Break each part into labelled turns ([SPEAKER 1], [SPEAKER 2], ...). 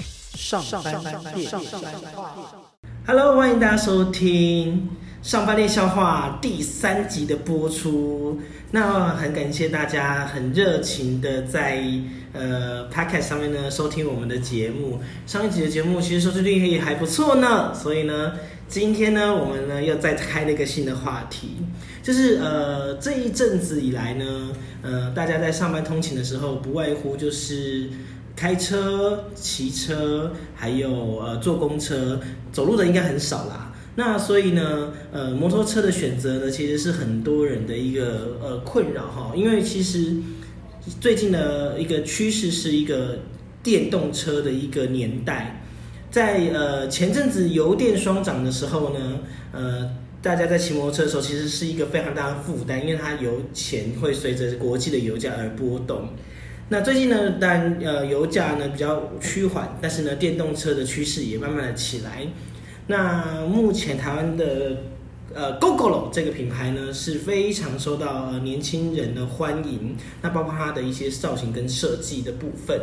[SPEAKER 1] 上班变化。
[SPEAKER 2] Hello，欢迎大家收听《上班练笑话》第三集的播出。那很感谢大家很热情的在呃 Podcast 上面呢收听我们的节目。上一集的节目其实收视率也还不错呢，所以呢，今天呢我们呢又再开了一个新的话题，就是呃这一阵子以来呢，呃大家在上班通勤的时候，不外乎就是。开车、骑车，还有呃坐公车，走路的应该很少啦。那所以呢，呃，摩托车的选择呢，其实是很多人的一个呃困扰哈，因为其实最近的一个趋势是一个电动车的一个年代。在呃前阵子油电双涨的时候呢，呃，大家在骑摩托车的时候，其实是一个非常大的负担，因为它油钱会随着国际的油价而波动。那最近呢，当然呃油价呢比较趋缓，但是呢电动车的趋势也慢慢的起来。那目前台湾的呃 GoGoRo 这个品牌呢是非常受到、呃、年轻人的欢迎，那包括它的一些造型跟设计的部分。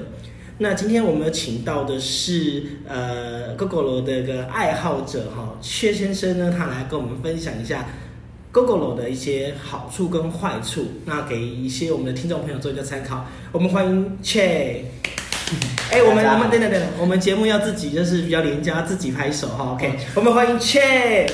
[SPEAKER 2] 那今天我们有请到的是呃 GoGoRo 的一个爱好者哈、薛先生呢，他来跟我们分享一下 GoGoRo 的一些好处跟坏处，那给一些我们的听众朋友做一个参考。我们欢迎 Che。哎、我们
[SPEAKER 3] 大家好
[SPEAKER 2] 我们等等等等，我们节目要自己就是比较廉价，自己拍手哈。OK，我们欢迎 Che。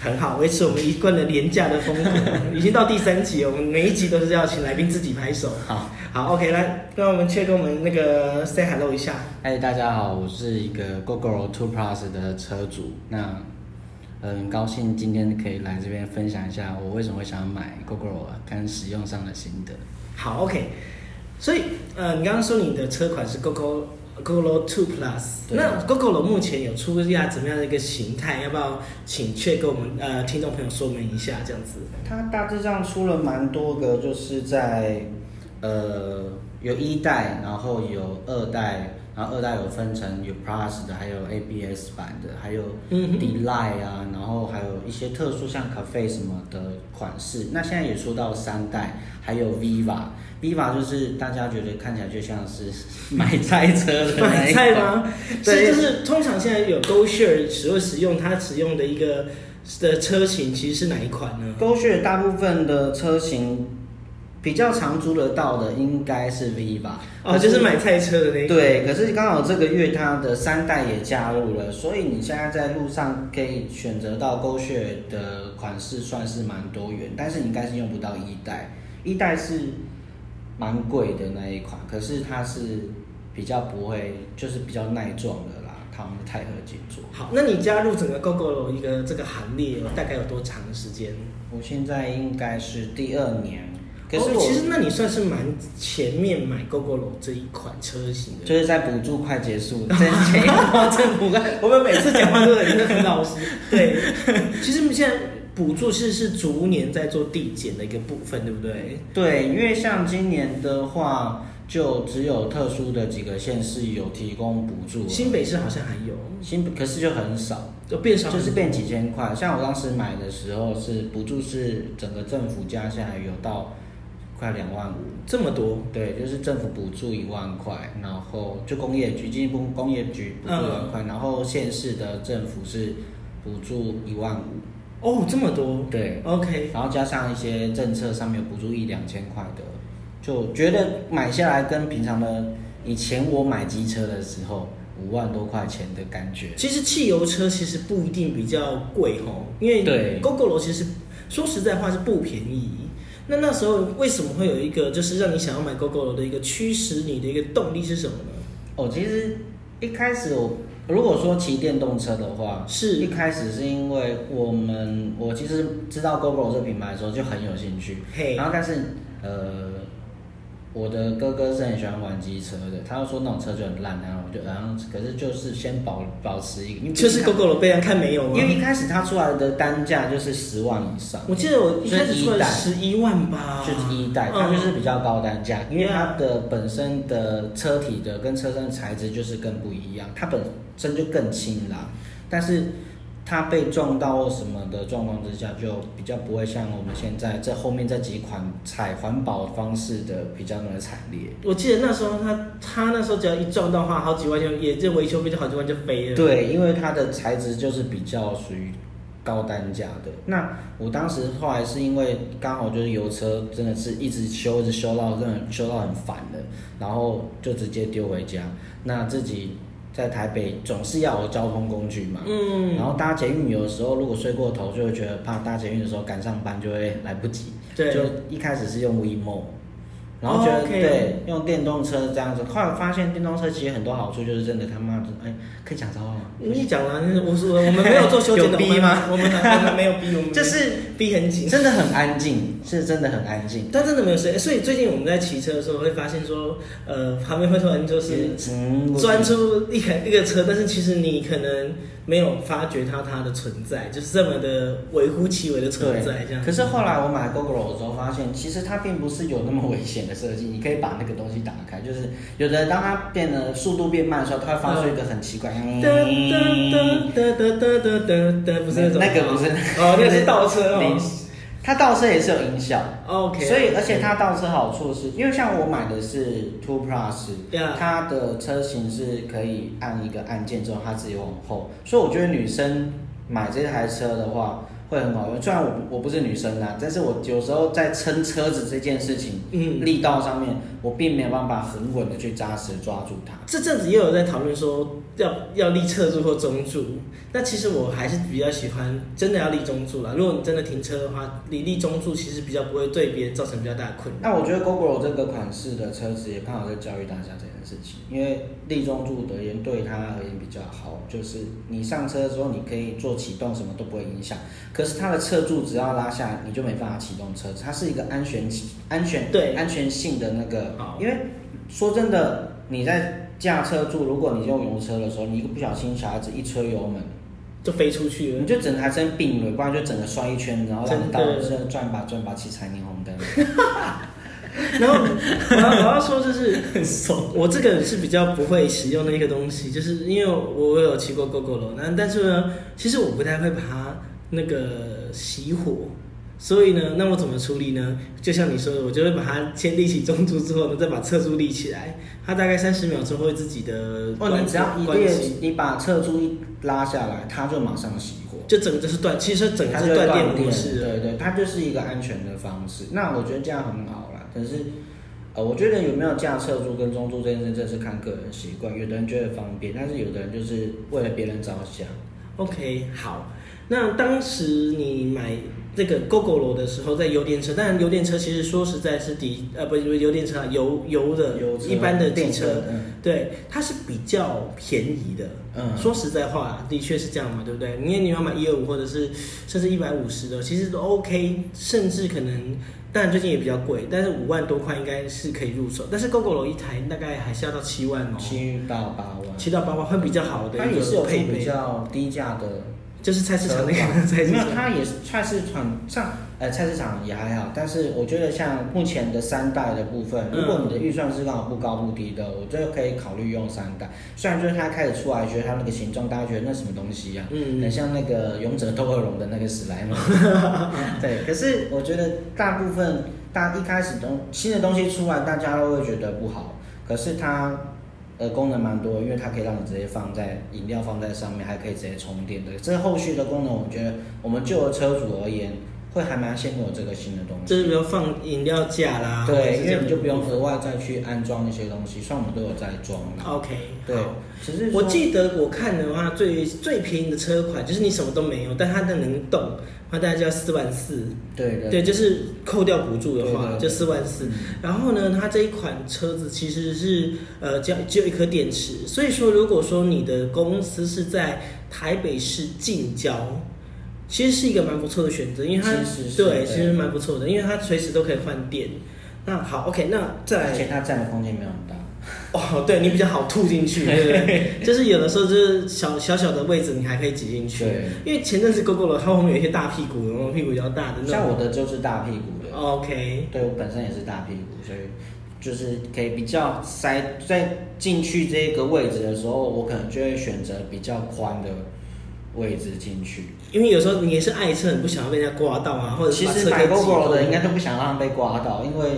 [SPEAKER 2] 很好，维持我们一贯的廉价的风格，已经到第三集了，我们每一集都是要请来宾自己拍手。
[SPEAKER 3] 好，
[SPEAKER 2] 好，OK，来，那我们去跟我们那个 say hello 一下。
[SPEAKER 3] 嗨，大家好，我是一个 GoGo Two Plus 的车主，那呃很高兴今天可以来这边分享一下我为什么会想要买 GoGo 跟使用上的心得。
[SPEAKER 2] 好，OK。所以，呃，你刚刚说你的车款是 GoGo GoGo Two Plus，
[SPEAKER 3] 对
[SPEAKER 2] 那 GoGo 目前有出价怎么样的一个形态？要不要请确跟我们呃听众朋友说明一下？这样子，
[SPEAKER 3] 它大致上出了蛮多个，就是在呃有一代，然后有二代，然后二代有分成有 Plus 的，还有 ABS 版的，还有
[SPEAKER 2] 嗯哼
[SPEAKER 3] D Line 啊，然后还有一些特殊像 Cafe 什么的款式。那现在也出到三代，还有 Viva。Viva 就是大家觉得看起来就像是 买菜车的那
[SPEAKER 2] 买
[SPEAKER 3] 一款
[SPEAKER 2] 菜？吗？是，
[SPEAKER 3] 对
[SPEAKER 2] 就是通常现在有 GoShare 使用使用它使用的一个的车型，其实是哪一款呢？
[SPEAKER 3] 狗血大部分的车型比较常租得到的应该是 Viva
[SPEAKER 2] 哦，就是买菜车的那一款。
[SPEAKER 3] 对，可是刚好这个月它的三代也加入了，所以你现在在路上可以选择到 g o s h a 的款式算是蛮多元，但是你应该是用不到一代，一代是蛮贵的那一款，可是它是比较不会，就是比较耐撞的啦，它们钛合金做。
[SPEAKER 2] 好，那你加入整个 GoGo 一个这个行列，大概有多长的时间？
[SPEAKER 3] 我现在应该是第二年，可是
[SPEAKER 2] 哦
[SPEAKER 3] 我、
[SPEAKER 2] 其实那你算是蛮前面买 GoGo 这一款车型的。
[SPEAKER 3] 就是在补助快结束 之前，政府快
[SPEAKER 2] 我们每次讲话都很很 老 实。对，其实我们现在补助是是逐年在做递减的一个部分，对不对？
[SPEAKER 3] 对，因为像今年的话，就只有特殊的几个县市有提供补助，啊
[SPEAKER 2] 新北市好像还有，
[SPEAKER 3] 新可是就很少，
[SPEAKER 2] 就变少，
[SPEAKER 3] 就是变几千块。像我当时买的时候是补助是整个政府加下来有到快两万五，
[SPEAKER 2] 这么多。
[SPEAKER 3] 对，就是政府补助一万块，然后就工业局进一步工业局补助一万块，然后县市的政府是补助一万五，
[SPEAKER 2] 哦，这么多。
[SPEAKER 3] 对，
[SPEAKER 2] OK，
[SPEAKER 3] 然后加上一些政策上面有补助一两千块的，就觉得买下来跟平常的以前我买机车的时候五万多块钱的感觉，
[SPEAKER 2] 其实汽油车其实不一定比较贵哦，因为
[SPEAKER 3] 对
[SPEAKER 2] GoGo 楼其实说实在话是不便宜。那那时候为什么会有一个就是让你想要买 GoGo 楼的一个驱使你的一个动力是什么呢？
[SPEAKER 3] 哦，其实一开始我如果说骑电动车的话，
[SPEAKER 2] 是
[SPEAKER 3] 一开始是因为我们我其实知道 GoGo 这品牌的时候就很有兴趣，
[SPEAKER 2] 嘿
[SPEAKER 3] 然后但是呃，我的哥哥是很喜欢玩机车的，他就说那种车就很烂，然后我就然后可是就是先保保持一个，因为
[SPEAKER 2] 就是
[SPEAKER 3] GoGo。
[SPEAKER 2] GoGo 楼被人看没有啊吗
[SPEAKER 3] 因？为一开始它出来的单价就是十万以上，
[SPEAKER 2] 我记得嗯我一开始出来
[SPEAKER 3] 就是
[SPEAKER 2] 十一万吧，
[SPEAKER 3] 就是一代，它就是比较高单价，因为它的本身的车体的跟车身的材质就是更不一样，它本身就更轻啦。但是它被撞到或什么的状况之下，就比较不会像我们现在这后面这几款采环保方式的比较那么惨烈。
[SPEAKER 2] 我记得那时候他他那时候只要一撞到的话，好几万就也这维修费就好几万就飞了。
[SPEAKER 3] 对，因为它的材质就是比较属于高单价的。那我当时后来是因为刚好就是油车真的是一直修，一直修到真的修到很烦了，然后就直接丢回家。那自己在台北总是要有交通工具嘛，
[SPEAKER 2] 嗯，
[SPEAKER 3] 然后搭捷运有的时候如果睡过头，就会觉得怕搭捷运的时候赶上班就会来不及，
[SPEAKER 2] 对
[SPEAKER 3] 就一开始是用 WeMo，然后觉得、
[SPEAKER 2] 哦，OK
[SPEAKER 3] 对用电动车这样子，后来发现电动车其实很多好处，就是真的他妈的，哎，可以讲脏话吗？
[SPEAKER 2] 你讲了，我说我们没有做修剪的
[SPEAKER 3] 有逼吗
[SPEAKER 2] 我们我们我们没有逼，我们
[SPEAKER 3] 就是
[SPEAKER 2] 逼很紧。
[SPEAKER 3] 真的很安静，是真的很安静。
[SPEAKER 2] 但真的没有谁，所以最近我们在骑车的时候会发现说，呃，旁边会突然就是
[SPEAKER 3] 嗯
[SPEAKER 2] 钻出一个一个车，但是其实你可能没有发觉到它的存在，就是这么的微乎其微的存在这样。
[SPEAKER 3] 可是后来我买 GoGo 的时候，发现其实它并不是有那么危险的设计。你可以把那个东西打开，就是有的人当它变得速度变慢的时候，它会发出一个很奇怪。
[SPEAKER 2] 哒哒哒哒哒哒哒哒，不是那种
[SPEAKER 3] 那个不是
[SPEAKER 2] 哦，那个是倒车
[SPEAKER 3] 零
[SPEAKER 2] 哦。
[SPEAKER 3] 它倒车也是有音效。
[SPEAKER 2] OK，
[SPEAKER 3] 所以而且它倒车好处是，因为像我买的是 Two Plus，
[SPEAKER 2] Yeah
[SPEAKER 3] 它的车型是可以按一个按键之后它自己往后，所以我觉得女生买这台车的话会很好用。虽然我我不是女生啦，但是我有时候在撑车子这件事情，
[SPEAKER 2] 嗯
[SPEAKER 3] 力道上面我并没有办法很稳的去扎实抓住它。
[SPEAKER 2] 这阵子也有在讨论说要要立侧柱或中柱，那其实我还是比较喜欢真的要立中柱啦。如果你真的停车的话，你立中柱其实比较不会对别人造成比较大的困扰。
[SPEAKER 3] 那我觉得 GoGo 这个款式的车子也刚好在教育大家这件事情，因为立中柱而言对它而言比较好，就是你上车之后你可以做启动，什么都不会影响。可是它的侧柱只要拉下来，你就没办法启动车子，它是一个安全起安全
[SPEAKER 2] 对
[SPEAKER 3] 安全性的那个
[SPEAKER 2] 好，
[SPEAKER 3] 因为说真的，你在驾车柱，如果你用油车的时候，你一个不小心小孩子一吹油门，
[SPEAKER 2] 就飞出去了
[SPEAKER 3] 你。就整台车并了，不然就整个摔一圈，然后让你倒，
[SPEAKER 2] 真的
[SPEAKER 3] 就是转吧转吧七彩霓 虹灯。
[SPEAKER 2] 然后 我要我要说就是， 我这个人是比较不会使用的一个东西，就是因为我有骑过 GoGo 楼，那但是呢，其实我不太会把它那个熄火。所以呢，那我怎么处理呢？就像你说的，我就会把它先立起中柱之后呢，再把侧柱立起来。它大概三十秒钟会自己的
[SPEAKER 3] 哦，
[SPEAKER 2] 关
[SPEAKER 3] 你只要一
[SPEAKER 2] 关
[SPEAKER 3] 列
[SPEAKER 2] 机，
[SPEAKER 3] 你把侧柱一拉下来，它就马上熄火，
[SPEAKER 2] 就整个就是断，其实整个
[SPEAKER 3] 它
[SPEAKER 2] 是
[SPEAKER 3] 就会
[SPEAKER 2] 断
[SPEAKER 3] 断
[SPEAKER 2] 电
[SPEAKER 3] 电
[SPEAKER 2] 模式了。
[SPEAKER 3] 对对，它就是一个安全的方式。那我觉得这样很好啦。可是，呃，我觉得有没有架侧柱跟中柱这件事，真是看个人习惯。有的人觉得方便，但是有的人就是为了别人着想。
[SPEAKER 2] OK，好。那当时你买这个 GoGo 罗的时候，在油电车，当然油电车其实说实在是比呃不是不是油电车啊，油油的
[SPEAKER 3] 油车
[SPEAKER 2] 一般的
[SPEAKER 3] 电
[SPEAKER 2] 汽
[SPEAKER 3] 车
[SPEAKER 2] 车
[SPEAKER 3] 嗯，
[SPEAKER 2] 对，它是比较便宜的。
[SPEAKER 3] 嗯
[SPEAKER 2] 说实在话，的确是这样嘛，对不对？你你要买一二五或者是甚至一百五十的，其实都 OK，甚至可能。当然最近也比较贵，但是五万多块应该是可以入手。但是 GoGo 罗一台大概还是要到七万哦，
[SPEAKER 3] 七到八万，
[SPEAKER 2] 七到八万会比较好的
[SPEAKER 3] 它
[SPEAKER 2] 一
[SPEAKER 3] 也是有
[SPEAKER 2] 个
[SPEAKER 3] 出
[SPEAKER 2] 配备
[SPEAKER 3] 比，较低价的
[SPEAKER 2] 就是菜市场那
[SPEAKER 3] 车
[SPEAKER 2] 个
[SPEAKER 3] 款
[SPEAKER 2] 菜市
[SPEAKER 3] 没有
[SPEAKER 2] 场，。
[SPEAKER 3] 它也是菜市场上，呃，菜市场也还好，但是我觉得像目前的三代的部分，
[SPEAKER 2] 嗯
[SPEAKER 3] 如果你的预算是刚好不高不低的，我觉得可以考虑用三代。虽然就是它开始出来，觉得它那个形状，大家觉得那什么东西呀、
[SPEAKER 2] 嗯
[SPEAKER 3] 很像那个勇者斗恶龙的那个史 莱姆。对，可是我觉得大部分大一开始东新的东西出来，大家都会觉得不好，可是它。呃，功能蛮多的，因为它可以让你直接放在饮料放在上面，还可以直接充电的。这后续的功能，我觉得我们旧的车主而言，会还蛮羡慕有这个新的东西。
[SPEAKER 2] 就是比如放饮料架啦，或者
[SPEAKER 3] 对，
[SPEAKER 2] 是这
[SPEAKER 3] 因为
[SPEAKER 2] 样
[SPEAKER 3] 你就不用额外再去安装一些东西，虽然我们都有在装啦。
[SPEAKER 2] OK，
[SPEAKER 3] 对
[SPEAKER 2] 好，
[SPEAKER 3] 只是说
[SPEAKER 2] 我记得我看的话，最最便宜的车款就是你什么都没有，但它的能动，它大概就要四万四。
[SPEAKER 3] 对的，
[SPEAKER 2] 对，就是扣掉补助的
[SPEAKER 3] 对
[SPEAKER 2] 话，
[SPEAKER 3] 的
[SPEAKER 2] 就四万四
[SPEAKER 3] 嗯。
[SPEAKER 2] 然后呢，它这一款车子其实是呃，只要只有一颗电池，所以说如果说你的公司是在台北市近郊，其实是一个蛮不错的选择，因为它
[SPEAKER 3] 其实是
[SPEAKER 2] 对，
[SPEAKER 3] 对
[SPEAKER 2] 其实蛮不错的，因为它随时都可以换电。那好，OK，那再来
[SPEAKER 3] 而 且它占的空间没有很大。
[SPEAKER 2] 哦，对你比较好吐进去，对不对？ 就是有的时候就是小小小的位置，你还可以挤进去
[SPEAKER 3] 对。
[SPEAKER 2] 因为前阵子 GoGo 了，它后面有一些大屁股，然后屁股比较大的那种。
[SPEAKER 3] 像我的就是大屁股
[SPEAKER 2] 哦
[SPEAKER 3] 的，
[SPEAKER 2] OK，
[SPEAKER 3] 对我本身也是大屁股，所以就是可以比较塞在进去这个位置的时候，我可能就会选择比较宽的位置进去。
[SPEAKER 2] 因为有时候你也是爱车，你不想要被人家刮到啊，或者
[SPEAKER 3] 其
[SPEAKER 2] 是把
[SPEAKER 3] 实
[SPEAKER 2] 车
[SPEAKER 3] 买
[SPEAKER 2] 给挤
[SPEAKER 3] GoGo 的应该
[SPEAKER 2] 破
[SPEAKER 3] 都不想让它被刮到，因为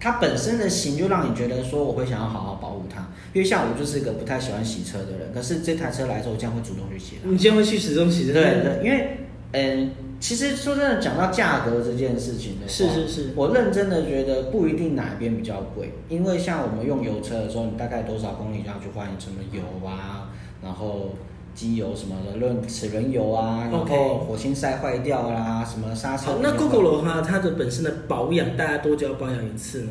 [SPEAKER 3] 它本身的型就让你觉得说我会想要好好保护它。因为像我就是一个不太喜欢洗车的人，可是这台车来之后，我这样会主动去洗它。
[SPEAKER 2] 你今天会去始终洗车
[SPEAKER 3] 对对，因为嗯，其实说真的，讲到价格这件事情的话，
[SPEAKER 2] 是是是
[SPEAKER 3] 我认真的觉得不一定哪边比较贵，因为像我们用油车的时候，你大概多少公里就要去换什么油啊，然后机油什么的，论齿轮油啊，然
[SPEAKER 2] OK
[SPEAKER 3] 后火星塞坏掉啦，什么刹车
[SPEAKER 2] 好
[SPEAKER 3] 油啊。，
[SPEAKER 2] 那 GoGo 的话，它的本身的保养，大家多久要保养一次呢？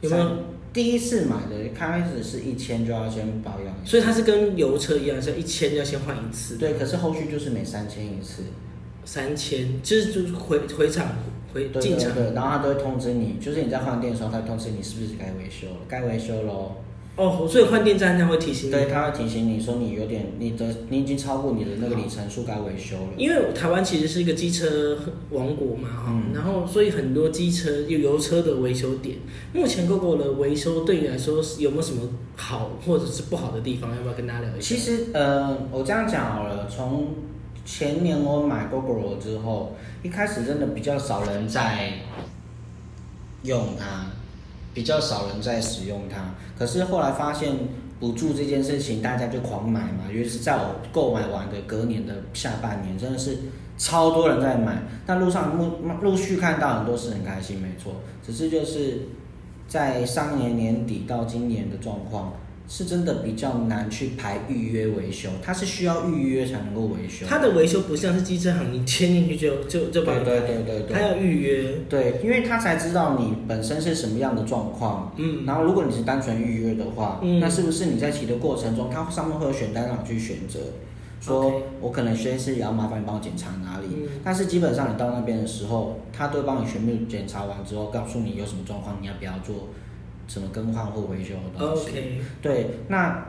[SPEAKER 2] 有没有？
[SPEAKER 3] 第一次买的，开始是一千就要先保养一下，
[SPEAKER 2] 所以它是跟油车一样，是要一千要先换一次，
[SPEAKER 3] 对，可是后续就是每三千一次，
[SPEAKER 2] 三千，就是就是回回厂回
[SPEAKER 3] 对
[SPEAKER 2] 进
[SPEAKER 3] 对
[SPEAKER 2] 厂，
[SPEAKER 3] 对，然后他都会通知你，就是你在换电的时候，他会通知你是不是该维修了，该维修喽。
[SPEAKER 2] 哦，所以换电站它会提醒
[SPEAKER 3] 对，
[SPEAKER 2] 你。
[SPEAKER 3] 他会提醒你说你有点你的你已经超过你的那个里程数，该维修了。
[SPEAKER 2] 因为台湾其实是一个机车王国嘛，哈、
[SPEAKER 3] 嗯
[SPEAKER 2] 然后所以很多机车有油车的维修点，目前 GoGo 的维修对你来说是有没有什么好或者是不好的地方？要不要跟大家聊一下？
[SPEAKER 3] 其实呃，我这样讲好了，从前年我买 GoGo 之后，一开始真的比较少人在用它，比较少人在使用它。可是后来发现补助这件事情，大家就狂买嘛，尤其是在我购买完的隔年的下半年，真的是超多人在买。但路上陆陆续看到很多是很开心，没错，只是就是在上年年底到今年的状况。是真的比较难去排预约维修，它是需要预约才能够维修。
[SPEAKER 2] 它的维修不像是机车行，你签进去就就就
[SPEAKER 3] 对
[SPEAKER 2] 把你
[SPEAKER 3] 对对对对，
[SPEAKER 2] 它要预约，
[SPEAKER 3] 对，因为他才知道你本身是什么样的状况。
[SPEAKER 2] 嗯，
[SPEAKER 3] 然后，如果你是单纯预约的话，
[SPEAKER 2] 嗯
[SPEAKER 3] 那是不是你在骑的过程中，它上面会有选单让你去选择？
[SPEAKER 2] OK
[SPEAKER 3] 说我可能先是也要麻烦你帮我检查哪里，
[SPEAKER 2] 嗯
[SPEAKER 3] 但是基本上你到那边的时候，他都会帮你全部检查完之后，告诉你有什么状况，你要不要做什么更换或维修的东西。
[SPEAKER 2] OK，
[SPEAKER 3] 对，那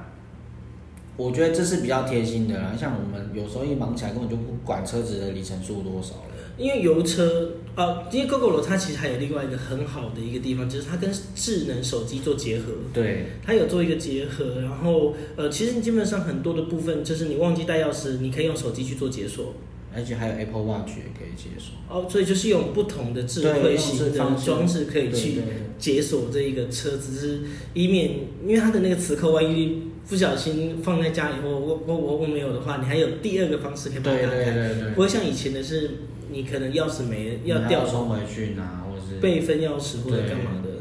[SPEAKER 3] 我觉得这是比较贴心的啦。像我们有时候一忙起来，根本就不管车子的里程数多少了。
[SPEAKER 2] 因为油车呃，因为 GoGo 它其实还有另外一个很好的一个地方，就是它跟智能手机做结合。
[SPEAKER 3] 对，
[SPEAKER 2] 它有做一个结合，然后呃，其实基本上很多的部分就是你忘记带钥匙，你可以用手机去做解锁
[SPEAKER 3] 而且还有 Apple Watch 也可以解锁。
[SPEAKER 2] 哦，所以就是用不同的智
[SPEAKER 3] 对
[SPEAKER 2] 慧
[SPEAKER 3] 用
[SPEAKER 2] 型
[SPEAKER 3] 智
[SPEAKER 2] 的
[SPEAKER 3] 方式
[SPEAKER 2] 装置可以去
[SPEAKER 3] 对对对
[SPEAKER 2] 解锁这一个车子，是以免因为它的那个磁扣，万一不小心放在家里或我我我我没有的话，你还有第二个方式可以把它打
[SPEAKER 3] 对
[SPEAKER 2] 开，
[SPEAKER 3] 对对对
[SPEAKER 2] 不会像以前的是你可能钥匙没要
[SPEAKER 3] 你还
[SPEAKER 2] 掉
[SPEAKER 3] 收回去拿，或是
[SPEAKER 2] 备份钥匙或者干嘛的。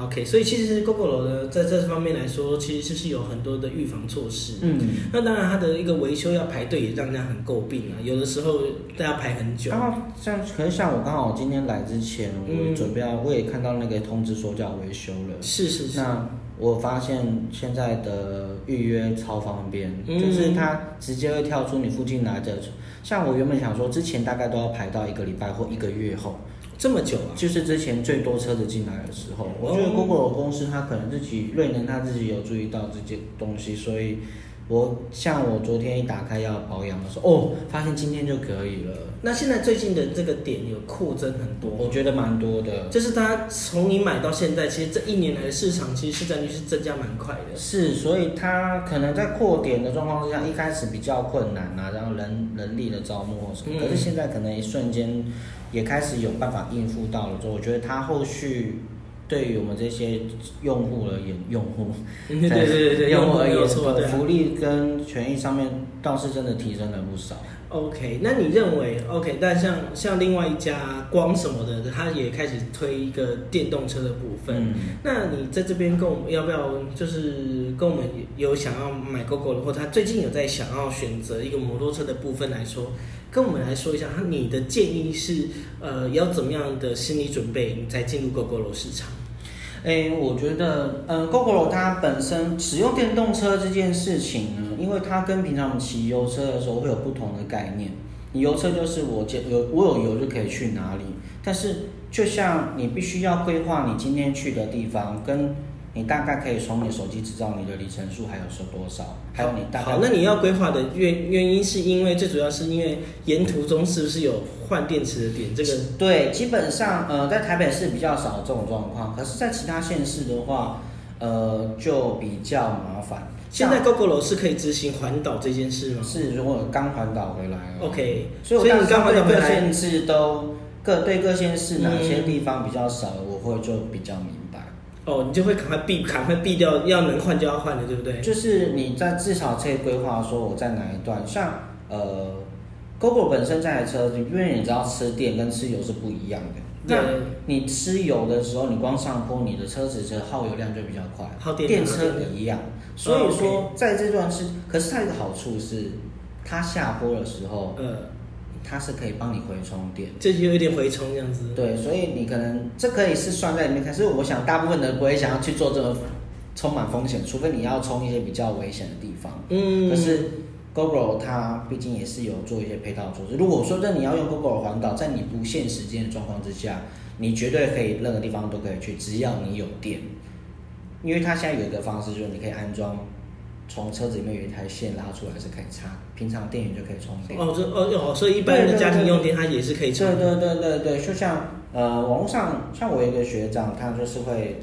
[SPEAKER 2] OK，所以其实 GoGo 呢，在这方面来说，其实是有很多的预防措施。
[SPEAKER 3] 嗯。
[SPEAKER 2] 那当然，它的一个维修要排队，也让人家很诟病啊。有的时候大家排很久
[SPEAKER 3] 然，后像，可是像我刚好今天来之前，
[SPEAKER 2] 嗯
[SPEAKER 3] 我准备要，我也看到那个通知说叫维修了。
[SPEAKER 2] 是是是，
[SPEAKER 3] 那我发现现在的预约超方便，
[SPEAKER 2] 嗯
[SPEAKER 3] 就是它直接会跳出你附近来的。像我原本想说，之前大概都要排到一个礼拜或一个月后，
[SPEAKER 2] 这么久啊？
[SPEAKER 3] 就是之前最多车子进来的时候，我
[SPEAKER 2] 哦
[SPEAKER 3] 觉得 Google 公司它可能自己瑞能它自己有注意到这些东西，所以我像我昨天一打开要保养的时候，哦，发现今天就可以了，
[SPEAKER 2] 那现在最近的这个点有扩增很多，
[SPEAKER 3] 我觉得蛮多的。
[SPEAKER 2] 就是大家从你买到现在，其实这一年来的市场其实市占率是增加蛮快 的。
[SPEAKER 3] 是，所以它可能在扩点的状况之下，一开始比较困难啊，然后人人力的招募或什么，
[SPEAKER 2] 嗯
[SPEAKER 3] 可是现在可能一瞬间也开始有办法应付到了之后，我觉得它后续对于我们这些用户而言，用户。
[SPEAKER 2] 嗯对对对对，
[SPEAKER 3] 用户
[SPEAKER 2] 户
[SPEAKER 3] 而
[SPEAKER 2] 没
[SPEAKER 3] 言
[SPEAKER 2] 有错，对啊。
[SPEAKER 3] 福利跟权益上面倒是真的提升了不少。
[SPEAKER 2] OK，那你认为 OK？但像像另外一家光什么的，它也开始推一个电动车的部分。
[SPEAKER 3] 嗯，
[SPEAKER 2] 那你在这边跟我们要不要就是跟我们有想要买 GoGo 的，或他最近有在想要选择一个摩托车的部分来说，跟我们来说一下，他你的建议是呃要怎么样的心理准备，你才进入 GoGo 市场？
[SPEAKER 3] 诶、我觉得，嗯、g o g o r o 它本身使用电动车这件事情呢，因为它跟平常我们骑油车的时候会有不同的概念。你油车就是我接有我有油就可以去哪里，但是就像你必须要规划你今天去的地方，跟你大概可以从你手机知道你的里程数还有是多少，还有你大概
[SPEAKER 2] 好，那你要规划的原原因是因为最主要是因为沿途中是不是有换电池的点？这个
[SPEAKER 3] 啊对，基本上呃，在台北市比较少这种状况，可是，在其他县市的话，呃，就比较麻烦。
[SPEAKER 2] 现在 GoGoRo 是可以执行环岛这件事吗
[SPEAKER 3] 是如果刚环岛回来哦
[SPEAKER 2] ？OK，
[SPEAKER 3] 所以我
[SPEAKER 2] 所以
[SPEAKER 3] 当
[SPEAKER 2] 你
[SPEAKER 3] 时
[SPEAKER 2] 刚环岛
[SPEAKER 3] 对
[SPEAKER 2] 回
[SPEAKER 3] 各
[SPEAKER 2] 来
[SPEAKER 3] 县，市都各对各县市哪些
[SPEAKER 2] 嗯
[SPEAKER 3] 地方比较少，我会就比较明白。
[SPEAKER 2] 哦，你就会赶快避，赶快避掉，要能换就要换的，对不对？
[SPEAKER 3] 就是你在至少可以规划说我在哪一段，像呃，GoGo 本身这台车，因为你知道吃电跟吃油是不一样的。
[SPEAKER 2] 对
[SPEAKER 3] 那你吃油的时候，你光上坡，你的车子是耗油量就比较快，
[SPEAKER 2] 耗电量哦
[SPEAKER 3] 电车一样。所以说，在这段是，可是它有一个好处是，它下坡的时候，
[SPEAKER 2] 呃，
[SPEAKER 3] 它是可以帮你回充电。
[SPEAKER 2] 这就有一点回冲这样子。
[SPEAKER 3] 对，所以你可能这可以是算在里面，可是我想大部分人不会想要去做这么充满风险，除非你要冲一些比较危险的地方。
[SPEAKER 2] 嗯，
[SPEAKER 3] 可是 GoGo 它毕竟也是有做一些配套措施。如果说真的你要用 GoGo 环岛，在你不限时间的状况之下，你绝对可以任何地方都可以去，只要你有电。因为它现在有一个方式，就是你可以安装从车子里面有一台线拉出来是可以插，平常电源就可以充电。
[SPEAKER 2] 哦，这哦哦，所以一般的家庭用电它也是可以充
[SPEAKER 3] 对。对对对对，就像呃网络上，像我有一个学长，他就是会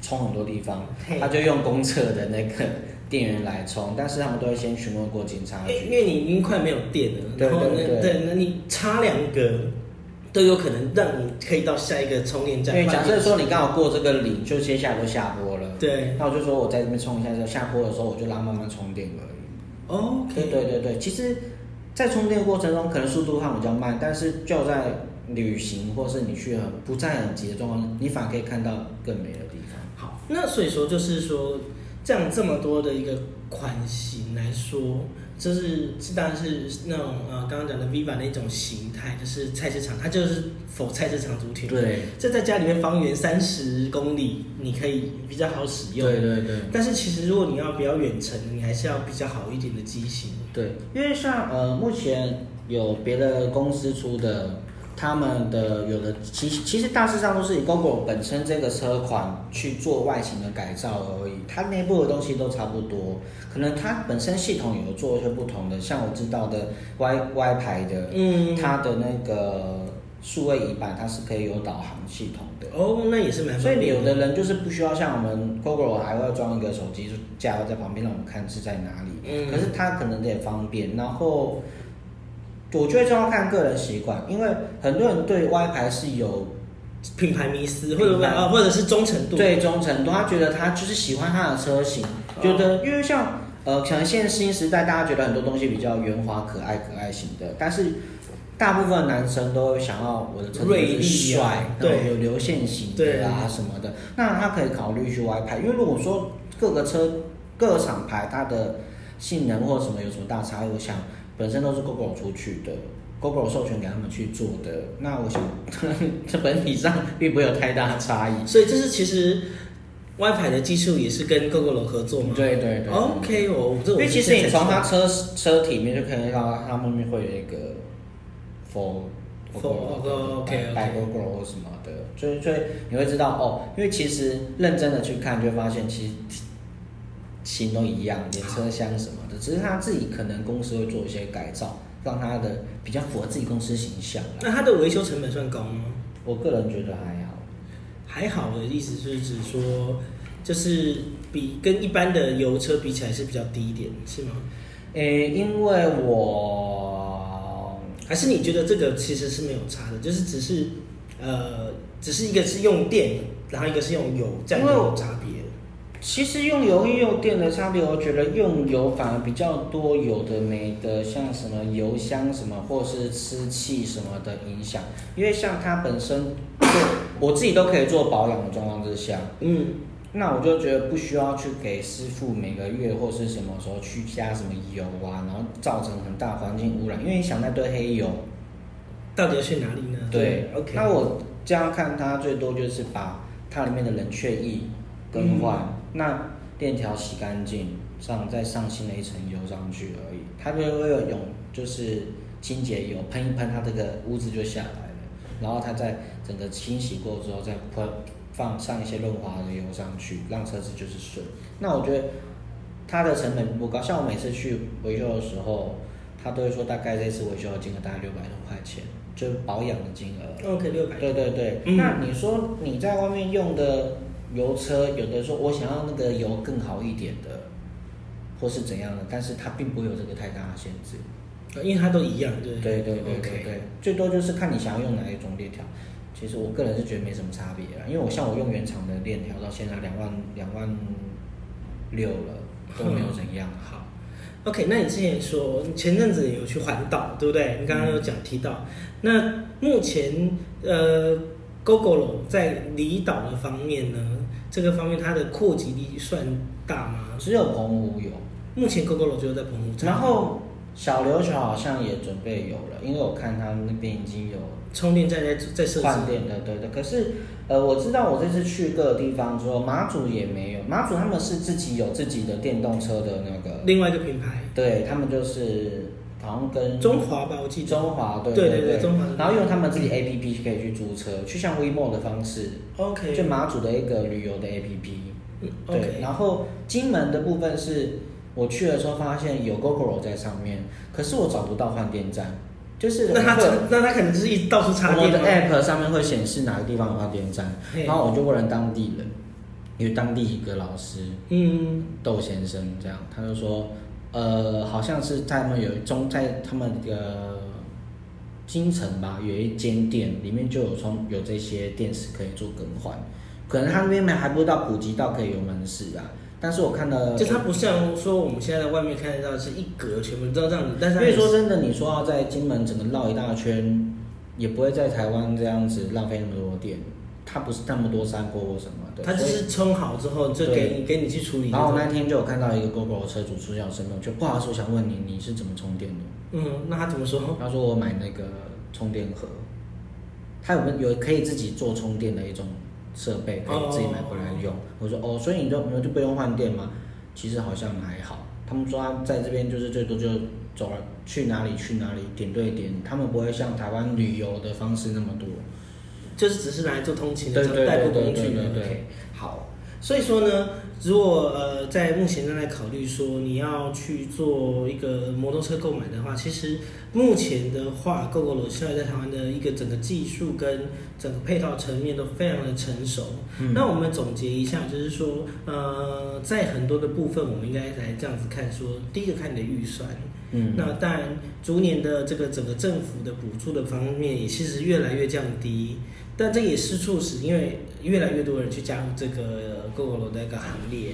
[SPEAKER 3] 充很多地方
[SPEAKER 2] 嘿，
[SPEAKER 3] 他就用公厕的那个电源来充，但是他们都会先询问过警察
[SPEAKER 2] 因哎为因
[SPEAKER 3] 局。
[SPEAKER 2] 为你已经快没有电了，
[SPEAKER 3] 对
[SPEAKER 2] 然后
[SPEAKER 3] 对
[SPEAKER 2] 那
[SPEAKER 3] 对
[SPEAKER 2] 对，那你插两个都有可能让你可以到下一个充电
[SPEAKER 3] 因
[SPEAKER 2] 站。
[SPEAKER 3] 为假设说你刚好过这个岭，就接下来就下坡了。
[SPEAKER 2] 对
[SPEAKER 3] 那我就说我在这边充一下，就下坡的时候我就让慢慢充电而已。
[SPEAKER 2] ，OK，
[SPEAKER 3] 对对对对，其实，在充电过程中可能速度上比较慢，但是就在旅行或是你去很不在很急的状况，你反而可以看到更美的地方。
[SPEAKER 2] 好，那所以说就是说，这样这么多的一个款型来说，这是这当然是那种呃刚刚讲的 Viva 那种形态，就是菜市场，它就是否菜市场主体。，
[SPEAKER 3] 对，
[SPEAKER 2] 这在家里面方圆三十公里，你可以比较好使用。
[SPEAKER 3] 对对对
[SPEAKER 2] 但是其实如果你要比较远程，你还是要比较好一点的机型。
[SPEAKER 3] 对，因为像呃，目前有别的公司出的，他们的有的其实其实大致上都是以 GoGo 本身这个车款去做外形的改造而已，它内部的东西都差不多，可能它本身系统有做一些不同的，像我知道的 Y Y 牌的，
[SPEAKER 2] 嗯，
[SPEAKER 3] 它的那个数位仪板它是可以有导航系统的。
[SPEAKER 2] 哦，那也是蛮
[SPEAKER 3] 所
[SPEAKER 2] 方
[SPEAKER 3] 以
[SPEAKER 2] 便
[SPEAKER 3] 有的人就是不需要像我们 GoGo 还要装一个手机架在旁边让我们看是在哪里，
[SPEAKER 2] 嗯
[SPEAKER 3] 可是它可能也方便。然后我觉得这要看个人习惯，因为很多人对 Y 牌是有
[SPEAKER 2] 品牌迷思，或者
[SPEAKER 3] 品牌
[SPEAKER 2] 啊，或者是忠诚度。，
[SPEAKER 3] 对忠诚度，他觉得他就是喜欢他的车型，
[SPEAKER 2] 嗯
[SPEAKER 3] 觉得因为像呃，可能现在新时代大家觉得很多东西比较圆滑、可爱、可爱型的，但是大部分男生都会想要我的车
[SPEAKER 2] 锐
[SPEAKER 3] 子
[SPEAKER 2] 利
[SPEAKER 3] 是
[SPEAKER 2] 啊
[SPEAKER 3] 帅，
[SPEAKER 2] 对
[SPEAKER 3] 然后有流线型的啊什么的，那他可以考虑去外派，因为如果说各个车各个厂牌它的性能或什么有什么大差异，我想本身都是 GoGo 出去的。GoGo 授权给他们去做的，那我想 这本体上并不会有太大差异。
[SPEAKER 2] 所以这是其实 Y 牌的技术也是跟 GoGoRo 合作嘛。
[SPEAKER 3] 对对对。
[SPEAKER 2] OK，我这我
[SPEAKER 3] 因为其实你从它
[SPEAKER 2] 他
[SPEAKER 3] 车车体里面就可以看到，它后面会有一个 for
[SPEAKER 2] For- OK，OK，OK
[SPEAKER 3] 白 g o g o 或什么的，所以所以你会知道哦，因为其实认真的去看，就会发现其实型都一样，连车厢什么的，只是它自己可能公司会做一些改造，让它的比较符合自己公司形象啦。
[SPEAKER 2] 那它的维修成本算高吗？
[SPEAKER 3] 我个人觉得还好。
[SPEAKER 2] 还好，我的意思是指说，就是比跟一般的油车比起来是比较低一点，是吗？
[SPEAKER 3] 诶，因为我
[SPEAKER 2] 还是你觉得这个其实是没有差的，就是只是呃，只是一个是用电，然后一个是用油，这样
[SPEAKER 3] 因为
[SPEAKER 2] 有
[SPEAKER 3] 我
[SPEAKER 2] 差别。
[SPEAKER 3] 其实用油跟用电的差别，我觉得用油反而比较多有的没的，像什么油箱什么或是湿气什么的影响，因为像它本身，对我自己都可以做保养的状况之下，
[SPEAKER 2] 嗯，
[SPEAKER 3] 那我就觉得不需要去给师傅每个月或是什么时候去加什么油啊，然后造成很大环境污染，因为你想那堆黑油，
[SPEAKER 2] 到底要去哪里呢？
[SPEAKER 3] 对
[SPEAKER 2] ，OK。
[SPEAKER 3] 那我这样看，它最多就是把它里面的冷却液更换，那链条洗干净，上再上新的一层油上去而已。它就会有用，就是清洁油喷一喷，它这个污渍就下来了。然后它再整个清洗过之后，再喷放上一些润滑的油上去，让车子就是顺。那我觉得它的成本不高，像我每次去维修的时候，他都会说大概这次维修的金额大概六百多块钱，就是保养的金额。
[SPEAKER 2] OK 六百，
[SPEAKER 3] 对对对，
[SPEAKER 2] 嗯
[SPEAKER 3] 那你说你在外面用的油车，有的说我想要那个油更好一点的，或是怎样的，但是它并不会有这个太大的限制。
[SPEAKER 2] 呃因为它都一样，对不
[SPEAKER 3] 对对对对
[SPEAKER 2] OK
[SPEAKER 3] 对，最多就是看你想要用哪一种链条。其实我个人是觉得没什么差别啦，因为我像我用原厂的链条到现在两万两万六了，都没有怎样。
[SPEAKER 2] 好，OK，那你之前也说你前阵子有去环岛，对不对？你刚刚有讲提到，那目前呃 g o g o l o 在离岛的方面呢，这个方面它的扩及力算大吗？
[SPEAKER 3] 只有澎湖有，
[SPEAKER 2] 目前 g o g o l o 就在澎湖站，
[SPEAKER 3] 然后小琉球好像也准备有了，因为我看他们那边已经有
[SPEAKER 2] 充电站在在设置
[SPEAKER 3] 换，电的，对对。可是，呃，我知道我这次去各个地方之后，马祖也没有，马祖他们是自己有自己的电动车的那个，
[SPEAKER 2] 另外一个品牌
[SPEAKER 3] 对他们就是好像跟
[SPEAKER 2] 中华吧，我记得
[SPEAKER 3] 中华对
[SPEAKER 2] 对
[SPEAKER 3] 对
[SPEAKER 2] 对中华的
[SPEAKER 3] 然后用他们自己 A P P 可以去租车，去像 WeMo 的方式，
[SPEAKER 2] OK，
[SPEAKER 3] 就马祖的一个旅游的 A P P。
[SPEAKER 2] 嗯
[SPEAKER 3] 对，
[SPEAKER 2] OK，
[SPEAKER 3] 然后金门的部分是我去的时候发现有 GoGo 在上面，可是我找不到换电站，就是
[SPEAKER 2] 那它
[SPEAKER 3] 会
[SPEAKER 2] 那它可能就是一直到处插
[SPEAKER 3] 我
[SPEAKER 2] 电
[SPEAKER 3] 的
[SPEAKER 2] 吗
[SPEAKER 3] App 上面会显示哪个地方有换电站，
[SPEAKER 2] 嘿
[SPEAKER 3] 然后我就问了当地人，有当地一个老师
[SPEAKER 2] 嗯
[SPEAKER 3] 窦先生这样，他就说，呃，好像是在他们有中在他们的京城吧，有一间店里面就有充有这些电池可以做更换，可能他那边还不到普及到可以有门市啊，但是我看到
[SPEAKER 2] 就它不像说我们现在在外面看得到是一格全部都这样子，但是
[SPEAKER 3] 因
[SPEAKER 2] 它也
[SPEAKER 3] 为
[SPEAKER 2] 是
[SPEAKER 3] 说真的，你说要在金门整个绕一大圈，也不会在台湾这样子浪费那么多电，它不是那么多山坡或什么的。
[SPEAKER 2] 它就
[SPEAKER 3] 所以
[SPEAKER 2] 是冲好之后就给你给你去处理这
[SPEAKER 3] 然后我那
[SPEAKER 2] 种。
[SPEAKER 3] 天就有看到一个 GoGo 车主出现我身边，我就不好意思，我想问你，你是怎么充电的？
[SPEAKER 2] 嗯，那他怎么说？
[SPEAKER 3] 他说我买那个充电盒，他有没有可以自己做充电的一种设备，可以自己买回来用。我说哦，所以你就你们就不用换电吗？其实好像还好，他们说他在这边就是最多就走了去哪里去哪里点对点，他们不会像台湾旅游的方式那么多。
[SPEAKER 2] 就是只是拿来做通勤
[SPEAKER 3] 对
[SPEAKER 2] 的这种
[SPEAKER 3] 对对
[SPEAKER 2] 代步
[SPEAKER 3] 对
[SPEAKER 2] 工
[SPEAKER 3] 对
[SPEAKER 2] 具
[SPEAKER 3] 对
[SPEAKER 2] 的。
[SPEAKER 3] 对
[SPEAKER 2] OK，好，所以说呢，如果呃在目前正在考虑说你要去做一个摩托车购买的话，其实目前的话，GoGo 罗现在在台湾的一个整个技术跟整个配套层面都非常的成熟。
[SPEAKER 3] 嗯
[SPEAKER 2] 那我们总结一下，就是说，呃，在很多的部分，我们应该来这样子看说第一个看你的预算，
[SPEAKER 3] 嗯，
[SPEAKER 2] 那当然，逐年的这个整个政府的补助的方面，也其实越来越降低，但这也是促使因为越来越多人去加入这个 GoGo 的一个行列。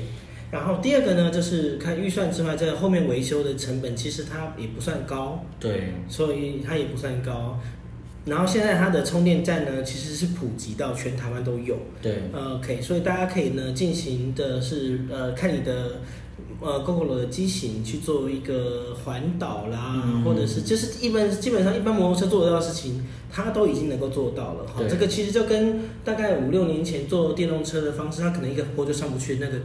[SPEAKER 2] 然后第二个呢，就是看预算之外，在后面维修的成本其实它也不算高，
[SPEAKER 3] 对，
[SPEAKER 2] 所以它也不算高。然后现在它的充电站呢，其实是普及到全台湾都有。
[SPEAKER 3] 对，
[SPEAKER 2] 呃，OK，所以大家可以呢进行的是呃，看你的呃 g o g o 的机型去做一个环岛啦，
[SPEAKER 3] 嗯
[SPEAKER 2] 或者是就是一般基本上一般摩托车做得到的事情，它都已经能够做到了哈。
[SPEAKER 3] 对
[SPEAKER 2] 这个其实就跟大概五六年前做电动车的方式，它可能一个坡就上不去，那个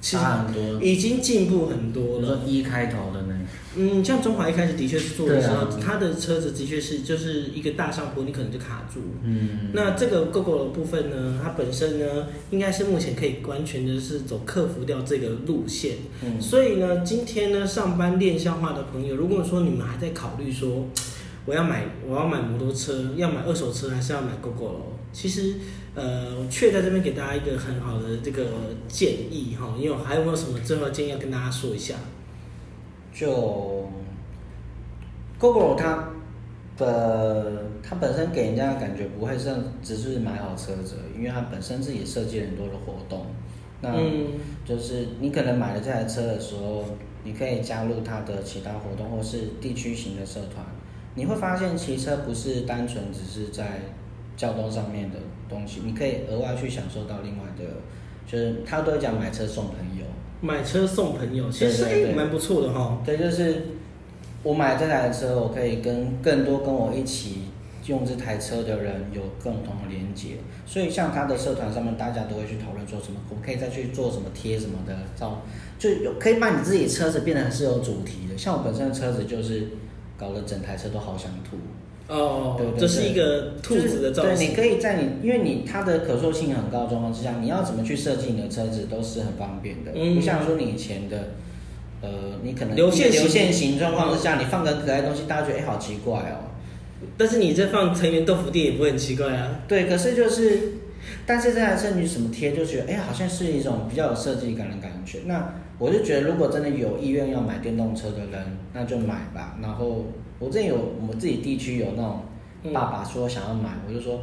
[SPEAKER 2] 其实
[SPEAKER 3] 差很多。
[SPEAKER 2] 已经进步很多
[SPEAKER 3] 我
[SPEAKER 2] 了
[SPEAKER 3] 说。一开头的那个，
[SPEAKER 2] 嗯，像中华一开始的确是做的时候，
[SPEAKER 3] 对啊
[SPEAKER 2] 它的车子的确是就是一个大上坡，你可能就卡住。
[SPEAKER 3] 嗯，
[SPEAKER 2] 那这个 GoGo 的部分呢，它本身呢，应该是目前可以完全的是走克服掉这个路线。
[SPEAKER 3] 嗯
[SPEAKER 2] 所以呢，今天呢，上班练消化的朋友，如果说你们还在考虑说，我要买我要买摩托车，要买二手车，还是要买 GoGo 咯其实，呃，我却在这边给大家一个很好的这个建议哈，因为还有没有什么最后的建议要跟大家说一下？
[SPEAKER 3] 就 GoGo 它的它本身给人家的感觉不会是只是买好车子而已，因为它本身自己设计了很多的活动。那
[SPEAKER 2] 嗯
[SPEAKER 3] 就是你可能买了这台车的时候，你可以加入它的其他活动或是地区型的社团，你会发现骑车不是单纯只是在交通上面的东西，你可以额外去享受到另外的，就是他都会讲买车送朋友，
[SPEAKER 2] 买车送朋友，其实
[SPEAKER 3] 对对
[SPEAKER 2] 哎
[SPEAKER 3] 对
[SPEAKER 2] 蛮不错的哈。
[SPEAKER 3] 对，就是我买这台车，我可以跟更多跟我一起用这台车的人有共同的连接。所以像他的社团上面，大家都会去讨论说什么，我们可以再去做什么贴什么的，照就有可以把你自己的车子变得是有主题的。像我本身的车子就是搞得整台车都好想吐。
[SPEAKER 2] 哦
[SPEAKER 3] 对，对
[SPEAKER 2] 这是一个兔子的造
[SPEAKER 3] 就是对，
[SPEAKER 2] 型
[SPEAKER 3] 你。可以在你因为你它的可塑性很高的状况之下，你要怎么去设计你的车子都是很方便的，
[SPEAKER 2] 嗯
[SPEAKER 3] 不像说你以前的，呃，你可能
[SPEAKER 2] 流线型
[SPEAKER 3] 流线型状况之下，你放个可爱东西，大家觉得哎、好奇怪哦。
[SPEAKER 2] 但是你这放成员豆腐店也不会很奇怪啊。
[SPEAKER 3] 对，可是就是但是这台车你什么贴就觉得，哎、好像是一种比较有设计感的感觉。那我就觉得，如果真的有意愿要买电动车的人，那就买吧。然后我这有我们自己地区有那种爸爸说想要买，我就说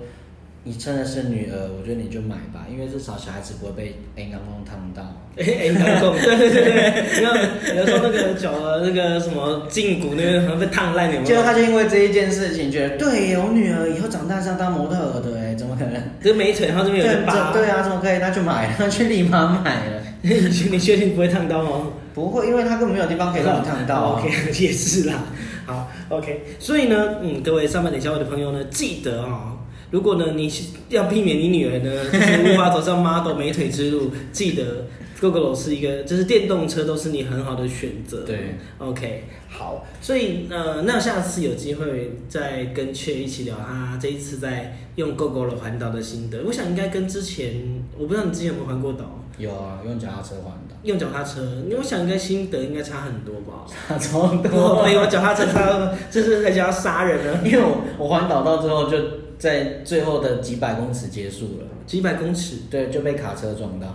[SPEAKER 3] 你真的是女儿，我觉得你就买吧，因为至少小孩子不会被 A 钢风烫到。
[SPEAKER 2] 哎哎，老公，对对对对，你看，有时候那个脚啊，那个什么胫骨那边好像被烫烂，有没
[SPEAKER 3] 结果
[SPEAKER 2] 有？
[SPEAKER 3] 他就因为这一件事情，觉得对耶，我女儿以后长大是要当模特儿的，哎，怎么可能？
[SPEAKER 2] 这美腿，然后这边有个
[SPEAKER 3] 对
[SPEAKER 2] 疤。
[SPEAKER 3] 这对啊，怎么可以？那就买了，那去立马买了。
[SPEAKER 2] 你确你确定不会烫到吗？哎哦
[SPEAKER 3] 不会，因为他根本没有地方可以让你烫到、啊。
[SPEAKER 2] OK，也 是啦。好，OK，所以呢，嗯，各位上半年消费的朋友呢，记得哦，如果呢你是要避免你女儿呢就是无法走上 model 美腿之路，记得 GoGo 是一个，就是电动车都是你很好的选择。
[SPEAKER 3] 对
[SPEAKER 2] ，OK，好，所以呃，那下次有机会再跟雀一起聊他这一次在用 GoGo 环岛的心得，我想应该跟之前，我不知道你之前有没有环过岛。
[SPEAKER 3] 有啊，用脚踏车环岛，
[SPEAKER 2] 用脚踏车，因为我想应该心得应该差很多吧。
[SPEAKER 3] 差超多。
[SPEAKER 2] 我没有脚踏车他就是在家杀人了，
[SPEAKER 3] 因为我我环岛到最后就在最后的几百公尺结束了，
[SPEAKER 2] 几百公尺。
[SPEAKER 3] 对，就被卡车撞到。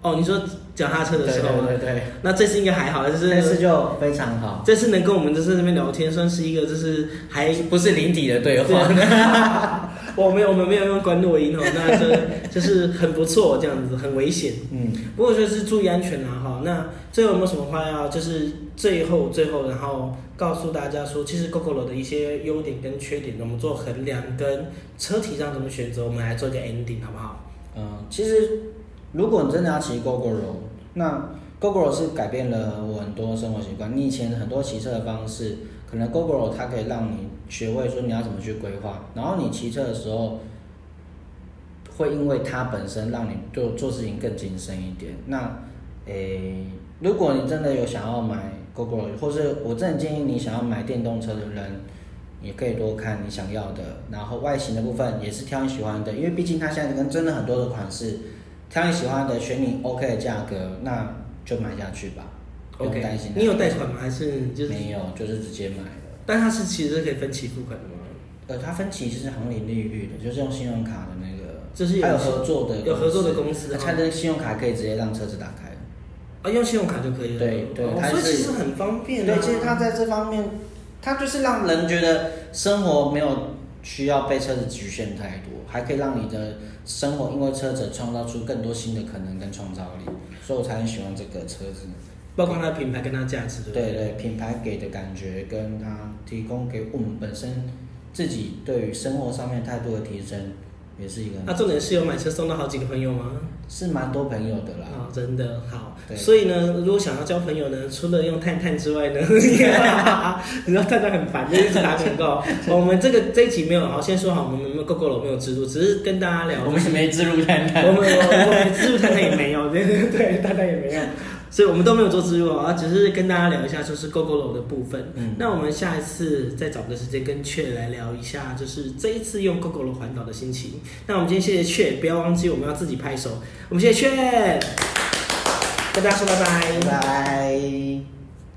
[SPEAKER 2] 哦，你说脚踏车
[SPEAKER 3] 对
[SPEAKER 2] 的时候吗，
[SPEAKER 3] 对对对，
[SPEAKER 2] 那这次应该还好，就是
[SPEAKER 3] 这次就非常好，
[SPEAKER 2] 这次能跟我们就是那边聊天，算是一个就是还
[SPEAKER 3] 不是零底的对啊话。
[SPEAKER 2] 对 我没有我们没有用关录音哦，那这就是很不错，这样子很危险。
[SPEAKER 3] 嗯，
[SPEAKER 2] 不过就是注意安全啦哈。那最后有没有什么话要就是最后最后，然后告诉大家说，其实 GoGoRo 的一些优点跟缺点，我们做衡量跟车体上怎么选择，我们来做一个 ending 好不好？
[SPEAKER 3] 嗯，其实如果你真的要骑 GoGoRo，那 GoGoRo 是改变了我很多生活习惯。你以前很多骑车的方式，可能 GoGoRo 它可以让你学会说你要怎么去规划，然后你骑车的时候，会因为它本身让你做做事情更谨慎一点。那诶、如果你真的有想要买 GoGo，或是我真的建议你想要买电动车的人，也可以多看你想要的。然后外形的部分也是挑你喜欢的，因为毕竟它现在跟真的很多的款式，挑你喜欢的，选你 OK 的价格，那就买下去吧。不用
[SPEAKER 2] OK，
[SPEAKER 3] 担心它
[SPEAKER 2] 你有贷款吗？还是你就是？
[SPEAKER 3] 没有，就是直接买了。
[SPEAKER 2] 但它是其实是可以分期付款的吗？
[SPEAKER 3] 呃，它分期是行零利率的，就是用信用卡的那个，
[SPEAKER 2] 就是有
[SPEAKER 3] 还有合作的，
[SPEAKER 2] 有合作的公司
[SPEAKER 3] 它的信用卡可以直接让车子打开。
[SPEAKER 2] 啊，用信用卡就可以了。
[SPEAKER 3] 对对
[SPEAKER 2] 哦
[SPEAKER 3] 它
[SPEAKER 2] 所以
[SPEAKER 3] 是
[SPEAKER 2] 其实很方便、啊。
[SPEAKER 3] 对，其实他在这方面，他就是让人觉得生活没有需要被车子局限太多，还可以让你的生活因为车子创造出更多新的可能跟创造力，所以我才很喜欢这个车子。
[SPEAKER 2] 包括它的品牌跟它的价值，对不
[SPEAKER 3] 对对，品牌给的感觉跟它提供给我们本身自己对于生活上面态度的提升，也是一个
[SPEAKER 2] 那、重点是有买车送到好几个朋友吗？
[SPEAKER 3] 是蛮多朋友的啦。
[SPEAKER 2] 啊、真的好。
[SPEAKER 3] 对
[SPEAKER 2] 所以呢，如果想要交朋友呢，除了用探探之外呢， 你知道探探很烦，就是一直打广告。哦我们这个这一集没有，好，先说好，我们没有 g o g o 没有植入，只是跟大家聊。
[SPEAKER 3] 我们也没自入探
[SPEAKER 2] 我
[SPEAKER 3] 探，
[SPEAKER 2] 们我我们植入探探也没有，对对对，探探也没有。所以我们都没有做植入啊，只是跟大家聊一下就是 GoGo 的部分。
[SPEAKER 3] 嗯
[SPEAKER 2] 那我们下一次再找个时间跟雀来聊一下，就是这一次用 GoGo 环岛的心情。那我们今天谢谢雀，不要忘记我们要自己拍手。我们谢谢雀，跟大家说拜拜
[SPEAKER 3] 拜拜。